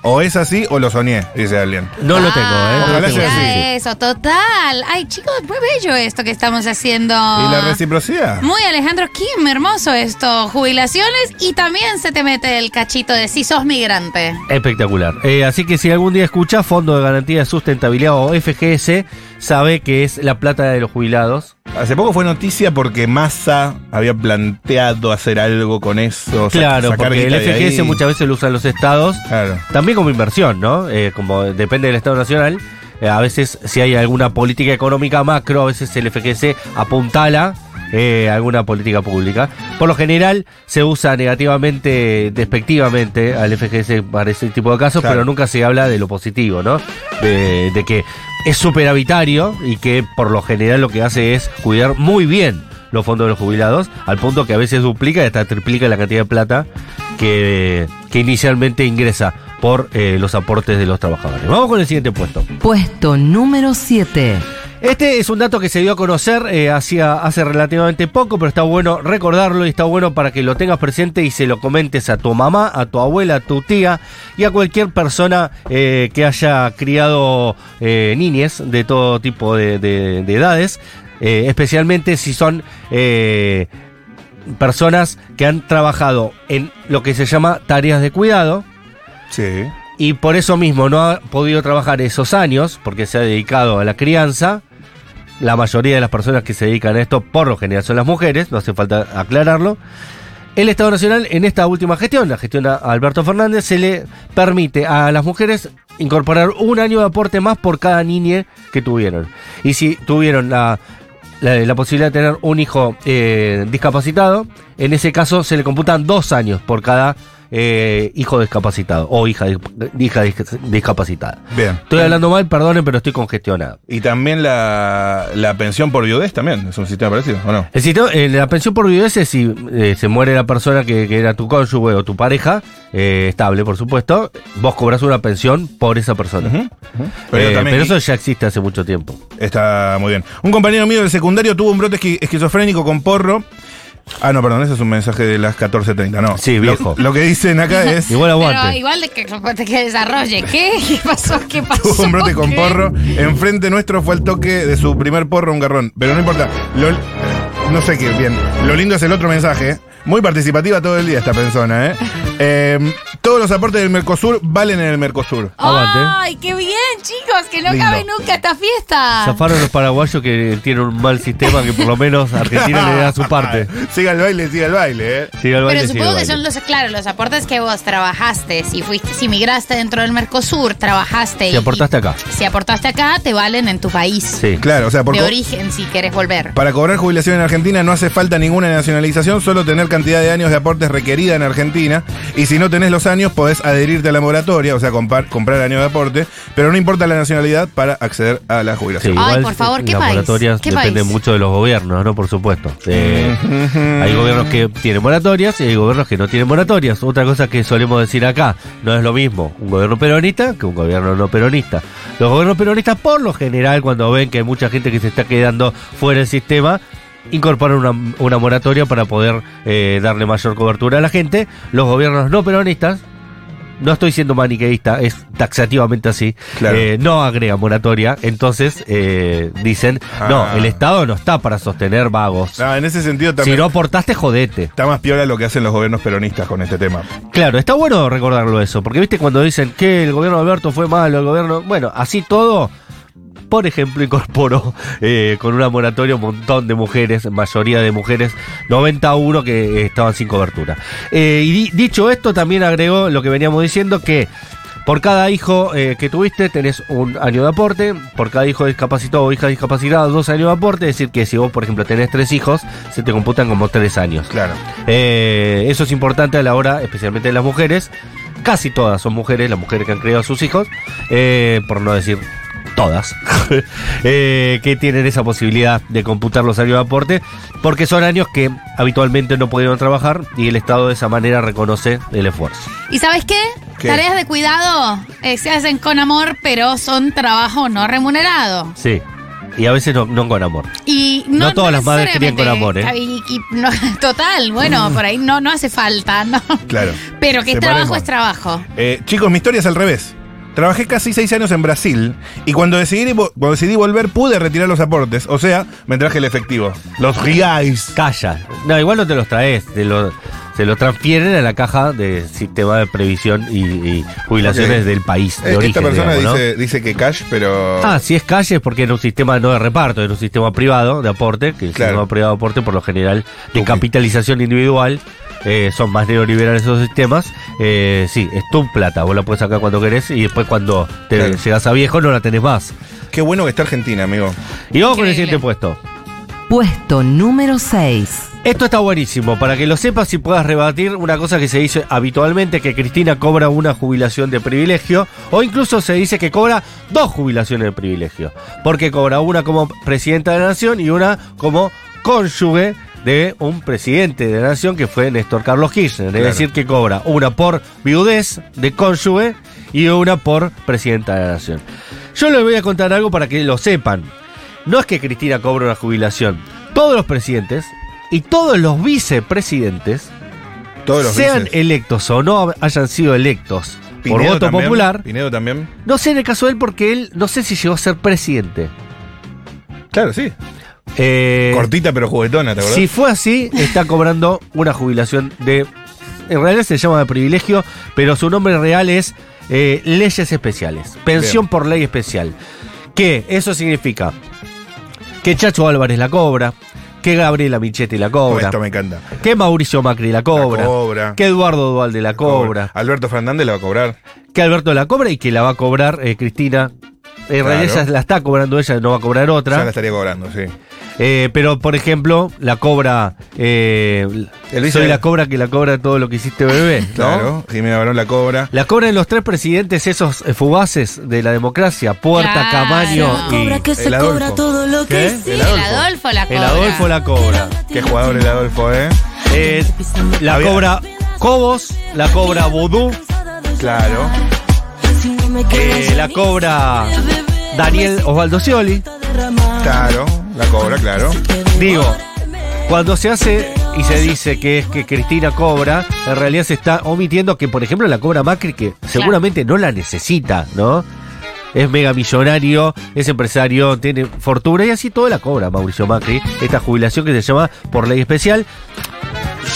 B: O es así o lo soñé, dice alguien.
E: No lo tengo, ¿eh? No
B: Ah,
E: lo
B: Ojalá
E: tengo.
B: sea
A: Mira
B: así.
A: eso, total. Ay, chicos, muy bello esto que estamos haciendo.
B: ¿Y
A: Ah.
B: la reciprocidad?
A: Muy Alejandro Kim, hermoso esto. Jubilaciones y también se te mete el cachito de si sos migrante.
E: Espectacular. Eh, así que si algún día escuchas Fondo de Garantía de Sustentabilidad o FGS, sabe que es la plata de los jubilados.
B: Hace poco fue noticia porque Massa había planteado hacer algo con eso. sa-
E: Claro,
B: sacar
E: porque el
B: guita de
E: FGS
B: ahí.
E: muchas veces lo usan los estados.
B: Claro.
E: También como inversión, ¿no? Eh, como depende del Estado Nacional. eh, a veces, si hay alguna política económica macro, a veces el FGC apuntala eh, alguna política pública. Por lo general, se usa negativamente, despectivamente al FGC para ese tipo de casos,
B: Claro.
E: pero nunca se habla de lo positivo, ¿no? De, de que es superavitario y que por lo general lo que hace es cuidar muy bien los fondos de los jubilados, al punto que a veces duplica y hasta triplica la cantidad de plata que, que inicialmente ingresa por eh, los aportes de los trabajadores. Vamos con el siguiente puesto.
F: Puesto número 7.
E: Este es un dato que se dio a conocer eh, hacía, hace relativamente poco, pero está bueno recordarlo y está bueno para que lo tengas presente y se lo comentes a tu mamá, a tu abuela, a tu tía y a cualquier persona eh, que haya criado eh, niñes de todo tipo de, de- de edades, eh, especialmente si son eh, personas que han trabajado en lo que se llama tareas de cuidado
B: Sí.
E: y por eso mismo no ha podido trabajar esos años, porque se ha dedicado a la crianza. La mayoría de las personas que se dedican a esto, por lo general, son las mujeres, no hace falta aclararlo. El Estado Nacional, en esta última gestión, la gestión a Alberto Fernández, se le permite a las mujeres incorporar un año de aporte más por cada niñe que tuvieron. Y si tuvieron la, la, la posibilidad de tener un hijo eh, discapacitado, en ese caso se le computan dos años por cada eh, hijo discapacitado o hija, dis- hija dis- discapacitada.
B: Bien.
E: Estoy hablando mal, perdonen, pero estoy congestionado.
B: Y también la, la pensión por viudez también, es un sistema parecido, ¿o no?
E: El sistema- eh, la pensión por viudez es si eh, se muere la persona que, que era tu cónyuge o tu pareja, eh, estable por supuesto, vos cobras una pensión por esa persona.
B: Ujú, ujú. Pero
E: Eh,
B: también
E: pero eso ya existe hace mucho tiempo.
B: está muy bien. Un compañero mío del secundario tuvo un brote esqui- esquizofrénico con porro. Ah, no, perdón, ese es un mensaje de las 14.30, no.
E: Sí,
B: Lo-
E: viejo.
B: Lo, que dicen acá es...
E: [laughs] Igual
A: Pero
E: aguante.
A: igual de que, que desarrolle. ¿Qué? [laughs] ¿Qué pasó? ¿Qué pasó?
B: Tuvo un brote con
A: ¿Qué?
B: porro. Enfrente nuestro fue al toque de su primer porro un garrón. Pero no importa. Lo- no sé qué, bien. Lo lindo es el otro mensaje. ¿eh? Muy participativa todo el día esta persona, ¿eh? Eh, Todos los aportes del Mercosur valen en el Mercosur.
E: Aguante.
A: ¡Ay, qué bien, chicos! Que no
B: Lindo.
A: cabe nunca esta fiesta.
E: Zafaron los paraguayos que tienen un mal sistema que por lo menos Argentina le da su [laughs] parte.
B: siga el baile, siga el baile, ¿eh?
E: Sigue al baile,
A: Pero
E: sigue
A: supongo
E: al
A: que
E: baile.
A: son los, claro, los aportes que vos trabajaste, si fuiste, si migraste dentro del Mercosur, trabajaste
E: Si aportaste acá.
A: Si aportaste acá, te valen en tu país.
E: Sí.
B: Claro, o sea, por
A: De
B: co-
A: origen, si querés volver.
B: para cobrar jubilación en Argentina no hace falta ninguna nacionalización, solo tener cantidad de años de aportes requerida en Argentina. Y si no tenés los años, podés adherirte a la moratoria, o sea, compar- comprar años de aporte, pero no importa la nacionalidad para acceder a la
E: Sí,
B: jubilación.
A: Ay,
E: igual
A: por favor, ¿qué
E: las
A: país?
E: moratorias
A: ¿Qué
E: dependen
A: país?
E: mucho de los gobiernos, ¿no? Por supuesto. Eh,
B: Mm.
E: hay gobiernos que tienen moratorias y hay gobiernos que no tienen moratorias. Otra cosa que solemos decir acá, no es lo mismo un gobierno peronista que un gobierno no peronista. Los gobiernos peronistas, por lo general, cuando ven que hay mucha gente que se está quedando fuera del sistema, incorporan una, una moratoria para poder eh, darle mayor cobertura a la gente. Los gobiernos no peronistas, no estoy siendo maniqueísta, es taxativamente así.
B: Claro.
E: Eh, no agrega moratoria, entonces eh, dicen,
B: Ah.
E: no, el Estado no está para sostener vagos.
B: No, Ah, en ese sentido
E: si
B: también
E: no aportaste, jodete.
B: está más piola lo que hacen los gobiernos peronistas con este tema.
E: Claro, está bueno recordarlo eso, porque viste cuando dicen que el gobierno de Alberto fue malo, el gobierno... Bueno, así todo, por ejemplo, [laughs] incorporó eh, con una moratoria un montón de mujeres, mayoría de mujeres, 91 que eh, estaban sin cobertura. Eh, y di- dicho esto, también agregó lo que veníamos diciendo, que por cada hijo eh, que tuviste tenés un año de aporte, por cada hijo discapacitado o hija discapacitada dos años de aporte, es decir, que si vos, por ejemplo, tenés tres hijos, se te computan como tres años.
B: Claro.
E: Eh, eso es importante a la hora, especialmente de las mujeres. Casi todas son mujeres, las mujeres que han criado a sus hijos, eh, por no decir todas, [laughs] eh, que tienen esa posibilidad de computar los años de aporte, porque son años que habitualmente no pudieron trabajar y el Estado de esa manera reconoce el esfuerzo.
A: ¿Y sabes qué?
B: ¿Qué?
A: Tareas de cuidado eh, se hacen con amor, pero son trabajo no remunerado.
E: Sí. Y a veces no, no con amor.
A: Y no,
E: No todas las madres querían con amor, ¿eh?
A: necesariamente- Y- y no- [laughs] total,
E: Mm.
A: bueno, por ahí no, no hace falta, ¿no?
B: Claro.
A: Pero que
B: Separemos.
A: trabajo es trabajo.
B: Eh, chicos, mi historia es al revés. Trabajé casi seis años en Brasil y cuando decidí, vo- cuando decidí volver pude retirar los aportes. Eh, O sea, me traje el efectivo. Los reais.
E: Calla. No, igual no te los traes. Te lo- se lo transfieren a la caja de sistema de previsión y, y jubilaciones
B: Ok.
E: del país. De
B: Eh,
E: origen,
B: Esta persona
E: digamos, ¿no?
B: dice, dice que cash, pero.
E: Ah, si es calle es porque era un sistema no de reparto, era un sistema privado de aporte, que el
B: Claro.
E: sistema privado de aporte por lo general de capitalización individual, eh, son más neoliberales esos sistemas. Eh, sí, es tu plata, vos la puedes sacar cuando querés y después cuando te
B: Claro.
E: llegas a viejo no la tenés más.
B: Qué bueno que está Argentina, amigo.
E: Y vamos con
A: Increíble.
E: el siguiente puesto.
F: Puesto número 6.
E: Esto está buenísimo, para que lo sepas y puedas rebatir una cosa que se dice habitualmente, que Cristina cobra una jubilación de privilegio, o incluso se dice que cobra dos jubilaciones de privilegio, porque cobra una como presidenta de la nación y una como cónyuge de un presidente de la nación que fue Néstor Carlos Kirchner, es
B: Claro.
E: decir, que cobra una por viudez de cónyuge y una por presidenta de la nación. Yo les voy a contar algo para que lo sepan. No es que Cristina cobra una jubilación. Todos los presidentes y todos los vicepresidentes,
B: Todos los
E: sean
B: meses.
E: electos o no hayan sido electos por
B: Pinedo
E: voto
B: también,
E: popular,
B: Pinedo también.
E: no sé en el caso de él porque él no sé si llegó a ser presidente.
B: Claro, sí.
E: Eh,
B: Cortita pero juguetona, ¿te acordás?
E: si fue así, está cobrando una jubilación de... En realidad se llama de privilegio, pero su nombre real es eh, leyes especiales, pensión
B: Bien.
E: por ley especial. Que eso significa que Chacho Álvarez la cobra, que Gabriela Michetti la
B: Oh,
E: cobra,
B: Esto me encanta.
E: que Mauricio Macri la cobra,
B: La cobra.
E: que Eduardo Dualde la cobra,
B: Alberto Fernández la va a cobrar.
E: que Alberto la cobra y que la va a cobrar eh, Cristina. En
B: Claro.
E: realidad ella la está cobrando ella, no va a cobrar otra.
B: Ya la estaría cobrando, sí.
E: Eh, pero, por ejemplo, la cobra. eh,
B: El vice-
E: soy la cobra que la cobra todo lo que hiciste, bebé. ¿no?
B: Claro. Jimena Barón la cobra.
E: La cobran los tres presidentes, esos eh, fugaces de la democracia: Puerta,
A: Claro.
E: Camaño y.
B: el Adolfo.
E: ¿Qué?
A: El Adolfo la
E: El
A: cobra.
E: Adolfo la cobra.
B: Qué jugador el Adolfo, ¿eh?
E: Eh, la
B: Había-
E: cobra Cobos, la cobra Vudú,
B: Claro.
E: eh, la cobra Daniel Osvaldo Scioli.
B: Claro. La cobra, claro.
E: Digo, cuando se hace y se dice que es que Cristina cobra, en realidad se está omitiendo que, por ejemplo, la cobra Macri, que seguramente no la necesita, ¿no? Es mega millonario, es empresario, tiene fortuna y así todo la cobra Mauricio Macri, esta jubilación que se llama por ley especial.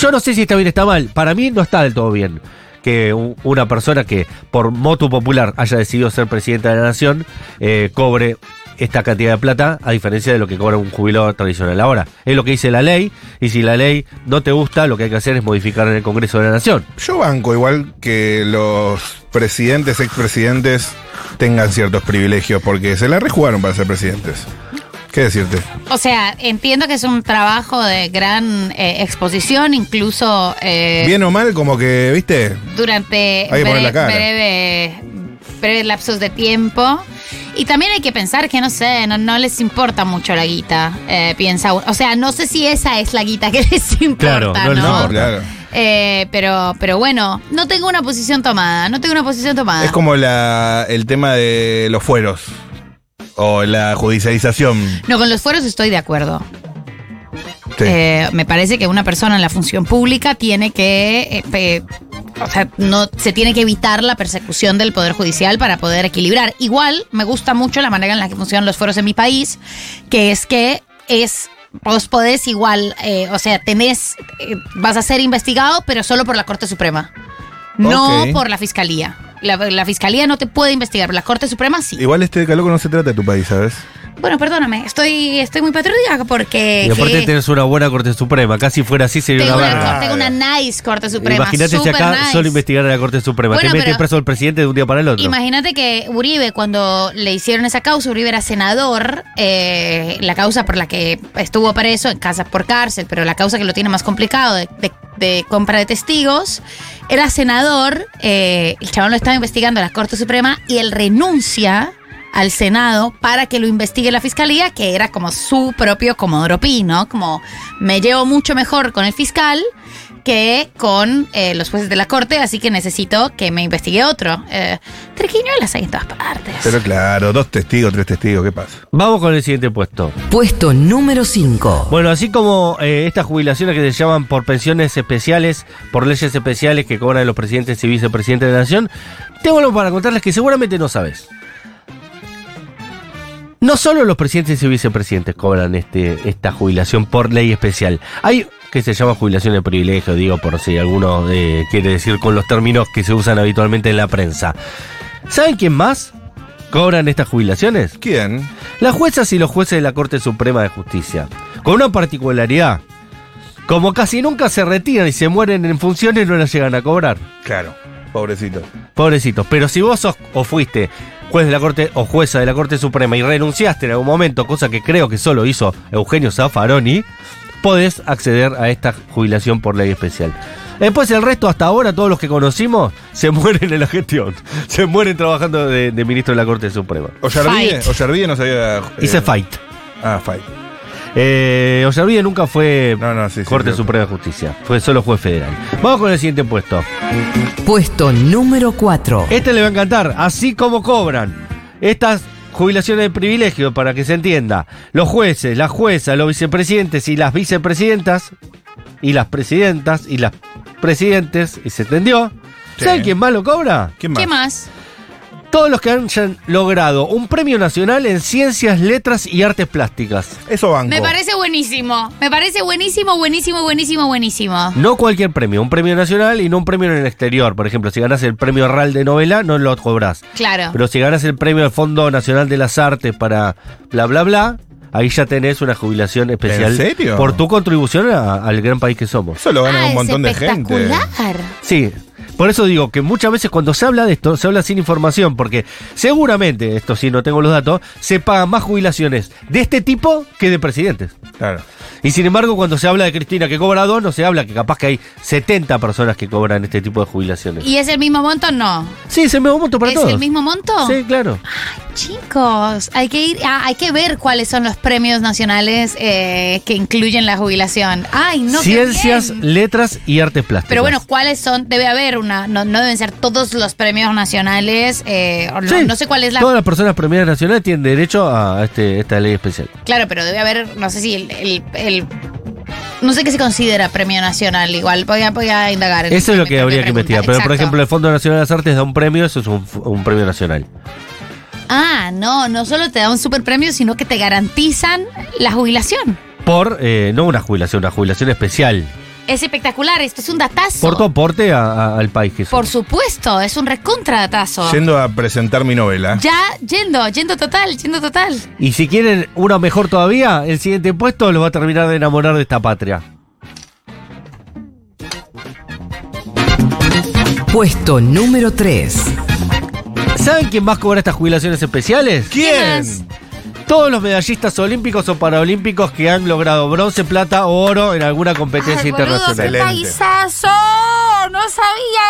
E: Yo no sé si está bien o está mal, para mí no está del todo bien que u- una persona que por motu popular haya decidido ser presidenta de la nación eh, cobre esta cantidad de plata a diferencia de lo que cobra un jubilado tradicional. Ahora, es lo que dice la ley y si la ley no te gusta, lo que hay que hacer es modificar en el Congreso de la Nación.
B: Yo banco igual que los presidentes, expresidentes tengan ciertos privilegios porque se la rejugaron para ser presidentes. ¿Qué decirte?
A: O sea, entiendo que es un trabajo de gran eh, exposición, incluso eh,
B: Bien o mal, como que, ¿viste?
A: durante
B: Hay que poner
A: breve,
B: la cara.
A: breve- breves lapsos de tiempo. Y también hay que pensar que, no sé, no, no les importa mucho la guita, eh, piensa uno. O sea, no sé si esa es la guita que [laughs] les importa,
E: Claro, no les
B: No,
E: importa.
B: Ah, claro.
A: Eh, pero, pero bueno, no tengo una posición tomada, no tengo una posición tomada.
B: Es como la, el tema de los fueros o la judicialización.
A: No, con los fueros estoy de acuerdo.
B: Sí.
A: Eh, me parece que una persona en la función pública tiene que. eh, pe- o sea, no, se tiene que evitar la persecución del Poder Judicial para poder equilibrar. Igual, me gusta mucho la manera en la que funcionan los fueros en mi país, que es que es. Vos podés igual, eh, o sea, tenés. eh, vas a ser investigado, pero solo por la Corte Suprema. No
B: Ok.
A: por la Fiscalía. La, la Fiscalía no te puede investigar, pero la Corte Suprema sí.
B: Igual este calor no se trata de tu país, ¿sabes?
A: Bueno, perdóname, estoy, estoy muy patriótica porque.
E: Y aparte
A: que-
E: tenés una buena Corte Suprema, casi fuera así sería
A: Eh, tengo
E: una
A: una,
E: verga.
A: cor- tengo una nice Corte Suprema.
E: Imagínate si
A: super
E: acá
A: nice.
E: solo investigar a la Corte Suprema,
A: Bueno,
E: te mete
A: pero-
E: preso al presidente de un día para el otro.
A: Imagínate que Uribe, cuando le hicieron esa causa, Uribe era senador, eh, la causa por la que estuvo preso, en casa por cárcel, pero la causa que lo tiene más complicado de, de- de compra de testigos, era senador, eh, el chabón lo estaba investigando la Corte Suprema y él renuncia al Senado para que lo investigue la Fiscalía, que era como su propio Comodoro Pi, ¿no? Como me llevo mucho mejor con el fiscal que con eh, los jueces de la corte, así que necesito que me investigue otro. Eh, triquiñuelas hay en todas partes.
B: Pero claro, dos testigos, tres testigos, ¿qué pasa?
E: Vamos con el siguiente puesto.
F: Puesto número 5.
E: Bueno, así como eh, estas jubilaciones que se llaman por pensiones especiales, por leyes especiales que cobran los presidentes y vicepresidentes de la nación, tengo algo para contarles que seguramente no sabes. No solo los presidentes y vicepresidentes cobran este, esta jubilación por ley especial. Hay que se llama jubilación de privilegio, digo por si alguno eh, quiere decir con los términos que se usan habitualmente en la prensa. ¿Saben quién más cobran estas jubilaciones?
B: ¿Quién?
E: Las juezas y los jueces de la Corte Suprema de Justicia. Con una particularidad. Como casi nunca se retiran y se mueren en funciones, no las llegan a cobrar.
B: Claro, pobrecito.
E: Pobrecitos. Pero si vos sos o fuiste juez de la Corte o jueza de la Corte Suprema y renunciaste en algún momento, cosa que creo que solo hizo Eugenio Zaffaroni, podés acceder a esta jubilación por ley especial. Después el resto, hasta ahora, todos los que conocimos, se [laughs] mueren en la gestión. Se mueren trabajando de, de ministro de la Corte Suprema.
B: Ollarvide,
A: Fight.
B: Ollarvide no sabía. eh,
E: Hice fight.
B: Ah, fight.
E: Eh, Ollarvide nunca fue
B: No, no, sí, sí,
E: Corte
B: sí.
E: Suprema de Justicia. Fue solo juez federal. Vamos con el siguiente puesto.
F: Puesto número 4.
E: Este le va a encantar, así como cobran. Estas jubilaciones de privilegio, para que se entienda. Los jueces, las juezas, los vicepresidentes y las vicepresidentas, y las presidentas y las presidentes, y se entendió.
B: Sí.
E: ¿Saben quién más lo cobra?
B: ¿Quién más?
A: ¿Qué más?
E: Todos los que hayan logrado un premio nacional en ciencias, letras y artes plásticas.
B: Eso banco.
A: Me parece buenísimo. Me parece buenísimo, buenísimo, buenísimo, buenísimo.
E: No cualquier premio, un premio nacional y no un premio en el exterior. Por ejemplo, si ganas el premio RAL de novela, no lo cobrás.
A: Claro.
E: Pero si ganas el premio del Fondo Nacional de las Artes para bla bla bla, ahí ya tenés una jubilación especial
B: ¿En serio?
E: por tu contribución a- al gran país que somos.
B: Eso lo gana
A: Ah,
B: un
A: es
B: montón de gente.
A: espectacular.
E: Sí. Por eso digo que muchas veces cuando se habla de esto, se habla sin información, porque seguramente, esto sí no tengo los datos, se pagan más jubilaciones de este tipo que de presidentes.
B: Claro.
E: Y sin embargo, cuando se habla de Cristina que cobra dos, no se habla que capaz que hay 70 personas que cobran este tipo de jubilaciones.
A: ¿Y es el mismo monto? No.
E: Sí, se me monto para
A: ¿Es
E: todos.
A: el mismo Ah, monto?
E: Sí, claro.
A: Chicos, hay que ir, ah, hay que ver cuáles son los premios nacionales eh, que incluyen la jubilación. Ay, no. qué
E: Ciencias,
A: bien.
E: letras y artes plásticas.
A: Pero bueno, ¿cuáles son? Debe haber una, no, no deben ser todos los premios nacionales. eh, o no,
E: Sí,
A: no sé cuál es la.
E: Todas las personas premiadas nacionales tienen derecho a este, esta ley especial.
A: Claro, pero debe haber, no sé si el, el- el- no sé qué se considera premio nacional. Igual voy a, voy a indagar. en-
E: Eso es lo que
A: en- en-
E: habría
A: en-
E: que investigar. Pero, por
A: Exacto.
E: ejemplo, el Fondo Nacional de las Artes da un premio, eso es un, f- un premio nacional.
A: Ah, no, no solo te da un super premio, sino que te garantizan la jubilación.
E: Por, eh, no una jubilación, una jubilación especial.
A: Es espectacular, esto es un datazo.
E: Por tu aporte a- a- al país que
A: Por
E: somos.
A: supuesto, es un recontradatazo.
B: Yendo a presentar mi novela.
A: Ya, yendo, yendo total, yendo total.
E: Y si quieren una mejor todavía, el siguiente puesto los va a terminar de enamorar de esta patria.
F: Puesto número 3.
E: ¿Saben quién más cobra estas jubilaciones especiales?
A: ¿Quién?
E: Todos los medallistas olímpicos o paralímpicos que han logrado bronce, plata o oro en alguna competencia
A: Ay, boludo, qué
E: internacional.
B: Excelente.
A: paisazo! ¡No sabía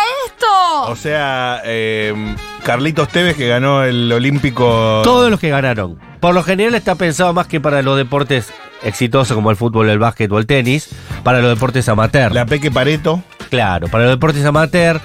B: O
A: esto!
B: sea, eh, Carlitos Tevez que ganó el Olímpico.
E: Todos los que ganaron. Por lo general está pensado más que para los deportes exitosos como el fútbol, el básquet o el tenis, para los deportes amateur.
B: La Peque Pareto.
E: Claro, para los deportes amateur,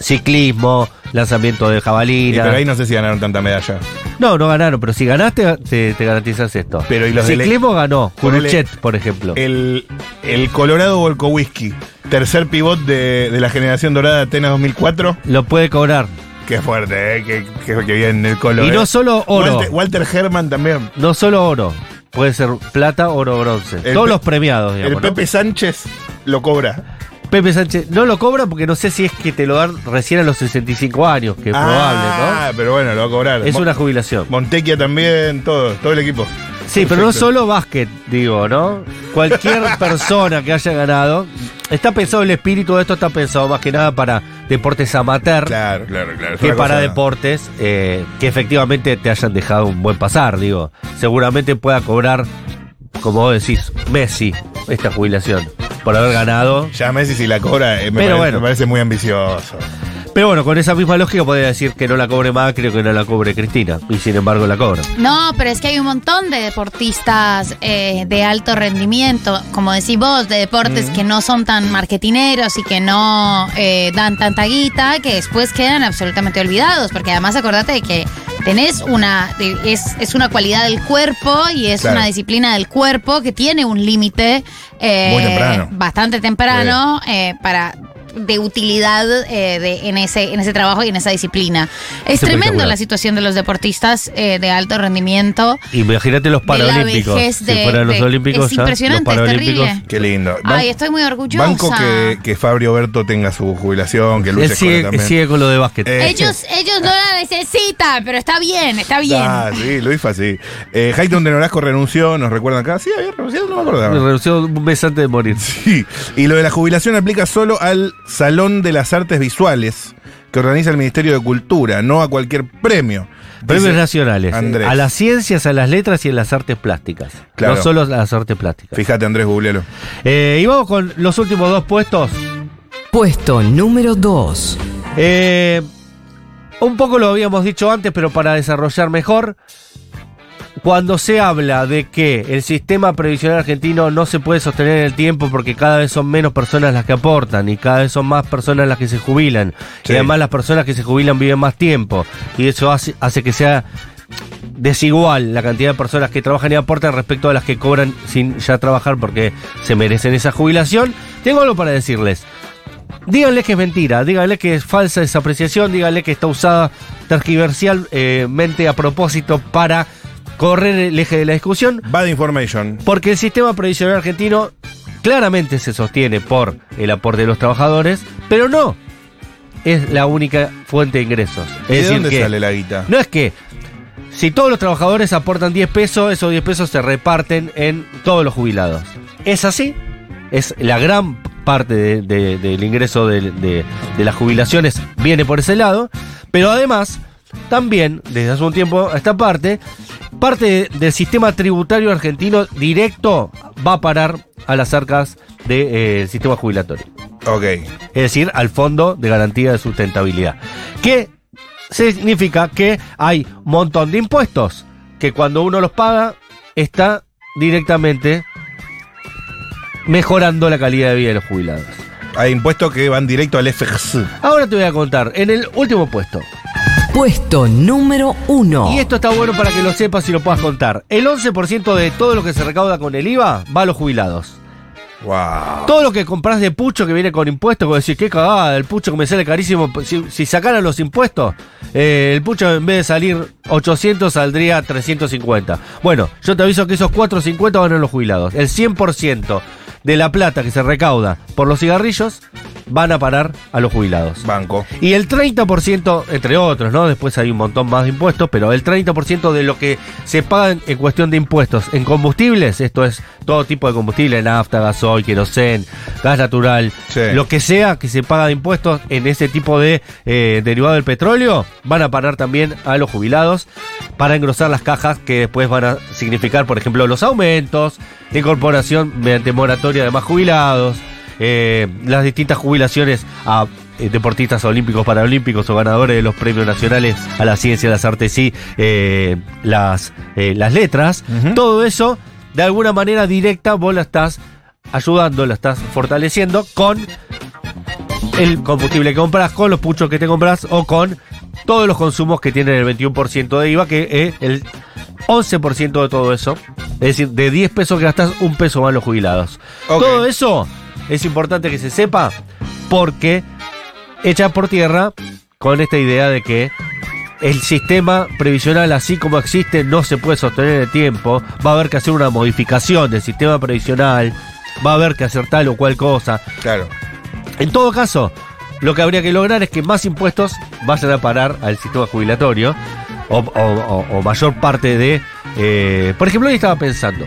E: ciclismo, lanzamiento de
B: Y
E: jabalina.
B: pero ahí no sé si ganaron tanta medalla.
E: No, no ganaron, pero si ganaste te, te garantizas esto.
B: Pero, ¿y los del-
E: ciclismo ganó,
B: Ponele- Eh,
E: Curuchet, por ejemplo.
B: El, el Colorado Volkowski, tercer pivot de, de la generación dorada de Atenas 2004.
E: Lo puede cobrar.
B: Qué fuerte, ¿eh? Qué, qué- qué bien el Colo.
E: Y
B: ¿eh?
E: no solo oro.
B: Walter, Walter Herman también.
E: No solo oro. Puede ser plata, oro, bronce.
B: El
E: Todos
B: Pe-
E: los premiados, digamos.
B: el
E: ¿no?
B: Pepe Sánchez lo cobra.
E: Pepe Sánchez no lo cobra porque no sé si es que te lo dan recién a los 65 años, que es
B: Ah, pero bueno, lo va a cobrar.
E: probable, ¿no? Es
B: Mo-
E: una jubilación.
B: Montequia también, todo, todo el equipo.
E: Sí, pero no solo básquet, digo, ¿no? Cualquier
B: [laughs]
E: persona que haya ganado, está pensado el espíritu de esto, está pensado más que nada para deportes amateur
B: Claro, claro, claro. Es
E: que
B: una
E: para
B: cosa-
E: deportes eh, que efectivamente te hayan dejado un buen pasar, digo. Seguramente pueda cobrar, como vos decís, Messi esta jubilación por haber ganado
B: Ya Messi si la cobra, eh, me, parece,
E: Pero bueno.
B: me parece muy ambicioso.
E: Pero bueno, con esa misma lógica podría decir que no la cobre Macri o que no la cobre Cristina. Y sin embargo la cobra.
A: No, pero es que hay un montón de deportistas eh, de alto rendimiento, como decís vos, de deportes que no son tan marketineros y que no eh, dan tanta guita, que después quedan absolutamente olvidados, porque además acordate de que tenés una, de- es, es una cualidad del cuerpo y es
B: Claro.
A: una disciplina del cuerpo que tiene un límite eh,
B: Muy temprano.
A: bastante temprano eh, para de utilidad eh, de- en, ese, en ese trabajo y en esa disciplina. Es tremendo
E: espectacular.
A: la situación de los deportistas eh, de alto rendimiento.
E: Imagínate los
A: De la
E: paralímpicos.
A: vejez
E: si
A: de-
E: fueran los
A: de-
E: olímpicos,
A: es
E: ya,
A: impresionante,
E: los
A: es
E: paralímpicos.
A: terrible.
B: Qué lindo. Ban-
A: Ay, estoy muy orgullosa.
B: Banco que, que Fabio Berto tenga su jubilación, que
E: Él
B: Luis Escola
E: sigue,
B: también.
E: sigue con lo de básquet.
B: Eh,
A: Ellos, ellos no la necesitan, pero está bien, está bien.
B: Ah, sí, Luis fue así. Eh, Hayton de Norasco renunció, nos recuerdan acá. Sí, había renunciado, no me acordaba.
E: Me renunció un mes antes de morir.
B: Sí, y lo de la jubilación aplica solo al Salón de las Artes Visuales que organiza el Ministerio de Cultura, no a cualquier premio.
E: Premios
B: Dice
E: nacionales.
B: Andrés.
E: A las ciencias, a las letras y a las artes plásticas.
B: Claro.
E: No solo a las artes plásticas.
B: Fíjate, Andrés, googlealo.
E: Eh, y vamos con los últimos dos puestos.
F: Puesto número 2.
E: Eh, un poco lo habíamos dicho antes, pero para desarrollar mejor. Cuando se habla de que el sistema previsional argentino no se puede sostener en el tiempo porque cada vez son menos personas las que aportan y cada vez son más personas las que se jubilan.
B: Sí.
E: Y además las personas que se jubilan viven más tiempo. Y eso hace, hace que sea desigual la cantidad de personas que trabajan y aportan respecto a las que cobran sin ya trabajar porque se merecen esa jubilación. Tengo algo para decirles. Díganle que es mentira, díganle que es falsa esa apreciación, díganle que está usada tergiversalmente a propósito para correr el eje de la discusión,
B: Bad Information.
E: porque el sistema previsional argentino claramente se sostiene por el aporte de los trabajadores, pero no es la única fuente de ingresos. Es
B: ¿De
E: decir
B: dónde
E: que
B: sale la guita?
E: no es que si todos los trabajadores aportan 10 pesos, esos 10 pesos se reparten en todos los jubilados. ¿Es así? Es la gran parte de- de- del ingreso de, de- de las jubilaciones viene por ese lado, pero además también desde hace un tiempo a esta parte, parte de- del sistema tributario argentino directo va a parar a las arcas del eh, sistema jubilatorio
B: Ok.
E: es decir, al Fondo de Garantía de Sustentabilidad. Que significa que hay un montón de impuestos que cuando uno los paga está directamente mejorando la calidad de vida de los jubilados.
B: Hay impuestos que van directo al FX.
E: Ahora te voy a contar, en el último puesto,
F: Puesto número 1.
E: y esto está bueno para que lo sepas y lo puedas contar, el 11% de todo lo que se recauda con el IVA va a los jubilados.
B: Wow.
E: Todo lo que compras de pucho que viene con impuestos, como decís, qué cagada, el pucho que me sale carísimo. pues, Si, si sacaran los impuestos, eh, el pucho en vez de salir 800 saldría 350. Bueno, yo te aviso que esos 450 van a los jubilados. El 100% de la plata que se recauda por los cigarrillos van a parar a los jubilados.
B: Banco.
E: Y el 30%, entre otros, ¿no? Después hay un montón más de impuestos, pero el 30% de lo que se paga en, en cuestión de impuestos en combustibles, esto es todo tipo de combustible, nafta, gasoil, querosén, gas natural,
B: Sí.
E: lo que sea que se paga de impuestos en ese tipo de eh, derivado del petróleo, van a parar también a los jubilados para engrosar las cajas que después van a significar, por ejemplo, los aumentos, la incorporación mediante moratoria de más jubilados, eh, las distintas jubilaciones a eh, deportistas olímpicos, paralímpicos o ganadores de los premios nacionales a la ciencia, las artes y eh, las, eh, las letras.
B: Ujú.
E: Todo eso, de alguna manera directa, vos la estás ayudando, la estás fortaleciendo con el combustible que compras, con los puchos que te compras o con todos los consumos que tienen el 21% de IVA, que es el 11% de todo eso. Es decir, de 10 pesos que gastas, un peso van los jubilados.
B: Ok.
E: Todo eso es importante que se sepa porque echa por tierra con esta idea de que el sistema previsional así como existe no se puede sostener en el tiempo, va a haber que hacer una modificación del sistema previsional, va a haber que hacer tal o cual cosa.
B: Claro.
E: En todo caso, lo que habría que lograr es que más impuestos vayan a parar al sistema jubilatorio o, o- o- o mayor parte de... eh, por ejemplo, hoy estaba pensando,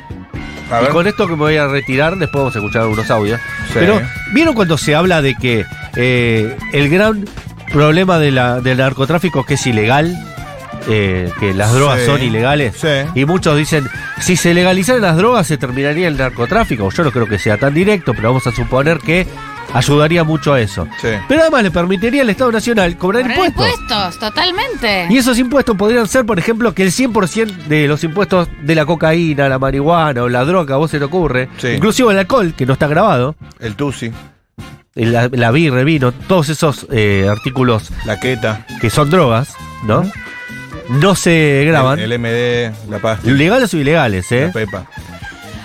B: A
E: y
B: ver.
E: con esto que me voy a retirar, después vamos a escuchar algunos audios.
B: Sí.
E: Pero, ¿vieron cuando se habla de que eh, el gran problema de la- del narcotráfico es que es ilegal? Eh, que las drogas
B: Sí.
E: son ilegales.
B: Sí.
E: Y muchos dicen, si se legalizaran las drogas se terminaría el narcotráfico. Yo no creo que sea tan directo, pero vamos a suponer que ayudaría mucho a eso.
B: Sí.
E: Pero además le permitiría al Estado Nacional cobrar
A: Poner
E: impuestos.
A: impuestos, totalmente.
E: Y esos impuestos podrían ser, por ejemplo, que el 100% de los impuestos de la cocaína, la marihuana o la droga, a vos se te ocurre,
B: Sí.
E: inclusive el alcohol, que no está grabado,
B: El Tusi,
E: el- la, la birra, el vino, todos esos eh, artículos
B: la Queta,
E: que son drogas, ¿no? No se graban,
B: el, el MD, la pasta,
E: legales o ilegales, ¿eh?
B: la Pepa.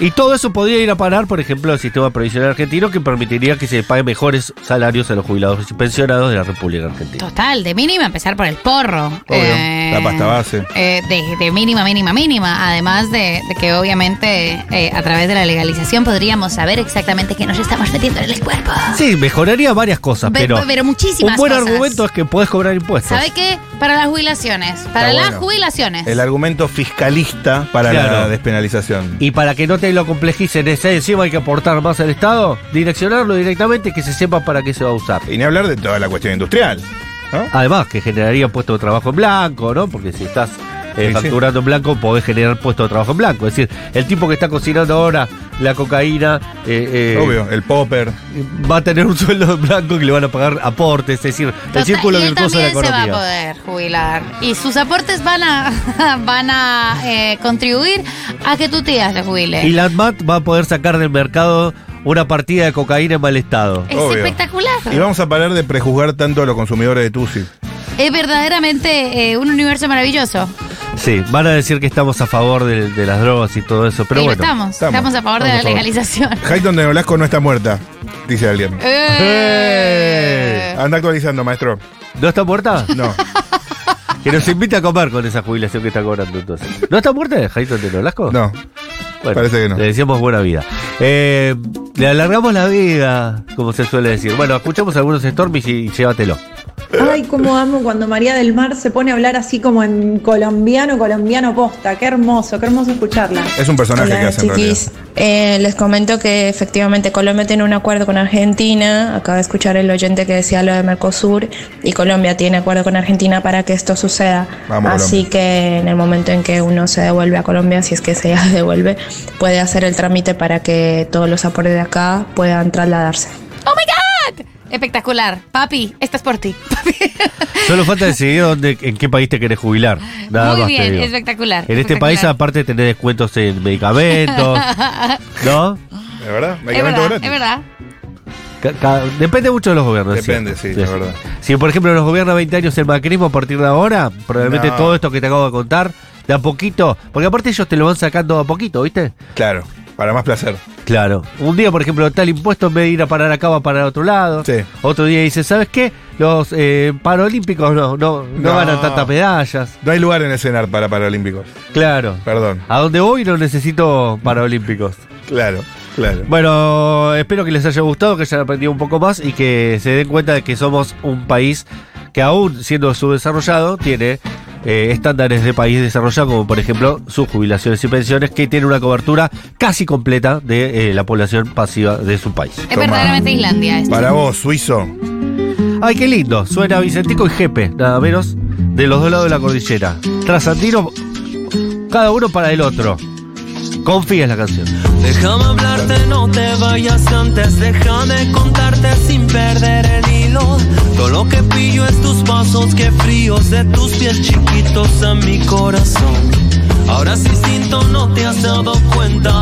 E: Y todo eso podría ir a parar, por ejemplo, al sistema previsional argentino que permitiría que se paguen mejores salarios a los jubilados y pensionados de la República Argentina.
A: Total, de mínima empezar por el porro.
B: la pasta base.
A: eh, de, de mínima, mínima, mínima. Además de, de que obviamente eh, a través de la legalización podríamos saber exactamente qué nos estamos metiendo en el cuerpo.
E: Sí, mejoraría varias cosas,
A: Ve-
E: pero,
A: pero muchísimas
E: un buen
A: cosas.
E: argumento es que podés cobrar impuestos.
A: ¿Sabe qué? Para las jubilaciones. Para
B: Está
A: las
B: bueno.
A: jubilaciones.
B: El argumento fiscalista para la
E: Claro.
B: despenalización.
E: Y para que no te lo complejicen, ese encima hay que aportar más al Estado, direccionarlo directamente y que se sepa para qué se va a usar.
B: Y ni hablar de toda la cuestión industrial. ¿no?
E: Además, que generaría puestos de trabajo en blanco, ¿no? Porque si estás
B: Sí,
E: eh,
B: sí.
E: facturando en blanco, podés generar puestos de trabajo en blanco. Es decir, el tipo que está cocinando ahora la cocaína eh, eh,
B: Obvio, el popper.
E: va a tener un sueldo en blanco que le van a pagar aportes. Es decir, el
A: Total,
E: círculo
A: y él
E: virtuoso de la
A: también se va a
E: economía.
A: poder jubilar. Y sus aportes van a, [laughs] van a eh, contribuir a que tu tía se jubile.
E: Y la ANMAT va a poder sacar del mercado una partida de cocaína en mal estado.
A: es
B: Obvio.
A: espectacular.
B: Y vamos a parar de prejuzgar tanto a los consumidores de Tusi.
A: Es verdaderamente eh, un universo maravilloso.
E: Sí, van a decir que estamos a favor de, de las drogas y todo eso, pero
A: y lo
E: bueno.
A: estamos, estamos.
B: estamos.
A: a favor de la
E: Estamos a favor. [laughs]
A: legalización.
B: Hayton de Nolasco no está muerta, dice alguien.
A: Eh.
B: Anda actualizando, maestro.
E: ¿No está muerta?
A: [laughs]
B: No.
E: Que nos invita a comer con esa jubilación que está cobrando entonces. ¿No está muerta, Jaito de Nolasco?
B: No.
E: Bueno,
B: Parece que no.
E: Le decíamos buena vida. Eh, le alargamos la vida, como se suele decir. Bueno, escuchamos algunos Stormies y llévatelo.
I: Ay, cómo amo cuando María del Mar se pone a hablar así como en colombiano, colombiano posta. Qué hermoso, qué hermoso escucharla.
B: Es un personaje que hace en realidad.
H: Eh, les comento que efectivamente Colombia tiene un acuerdo con Argentina. Acaba de escuchar el oyente que decía lo de Mercosur. Y Colombia tiene acuerdo con Argentina para que esto suceda.
B: Vamos,
H: Así
B: Colombia.
H: que en el momento en que uno se devuelve a Colombia, si es que se [laughs] devuelve, puede hacer el trámite para que todos los aportes de acá puedan trasladarse.
A: ¡Oh my God! Espectacular. Papi, esta es por
E: [laughs]
A: ti. Papi.
E: Solo falta decidir dónde, en qué país te querés jubilar. Nada
A: Muy
E: más te
A: bien,
E: digo.
A: espectacular.
E: En este
A: espectacular.
E: país, aparte, tenés descuentos
A: [laughs]
E: en medicamentos, ¿no?
B: ¿De verdad?
A: Es
B: Medicamento
A: verdad,
B: gratis.
A: es verdad.
E: Ca- ca- Depende mucho de los gobiernos. es
B: Depende,
E: cierto.
B: sí, la verdad.
E: Si, por ejemplo, los gobiernos 20 años el macrismo a partir de ahora, probablemente
B: No.
E: todo esto que te acabo de contar, de a poquito, porque aparte ellos te lo van sacando a poquito, ¿viste?
B: Claro, para más placer.
E: Claro. Un día, por ejemplo, tal impuesto en vez de ir a parar acá va a parar a otro lado.
B: Sí.
E: Otro día dice, ¿sabes qué? Los eh, paralímpicos no, no, no,
B: No.
E: ganan tantas medallas.
B: No hay lugar en el cenar para Paralímpicos.
E: Claro.
B: Perdón.
E: A donde voy no necesito paralímpicos.
B: Claro, claro.
E: Bueno, espero que les haya gustado, que hayan aprendido un poco más y que se den cuenta de que somos un país que aún siendo subdesarrollado tiene eh, estándares de país desarrollado, como por ejemplo sus jubilaciones y pensiones, que tiene una cobertura casi completa de eh, la población pasiva de su país.
A: Es verdaderamente Islandia esto.
B: Para vos, suizo.
E: Ay, qué lindo, suena Vicentico y Jepe, nada menos, de los dos lados de la cordillera. Trasandino, cada uno para el otro. Confía en la canción.
J: Déjame hablarte, no te vayas antes, déjame contarte sin perder el hilo. Todo lo que pillo es tus pasos, que fríos de tus pies chiquitos a mi corazón. Ahora sin instinto no te has dado cuenta.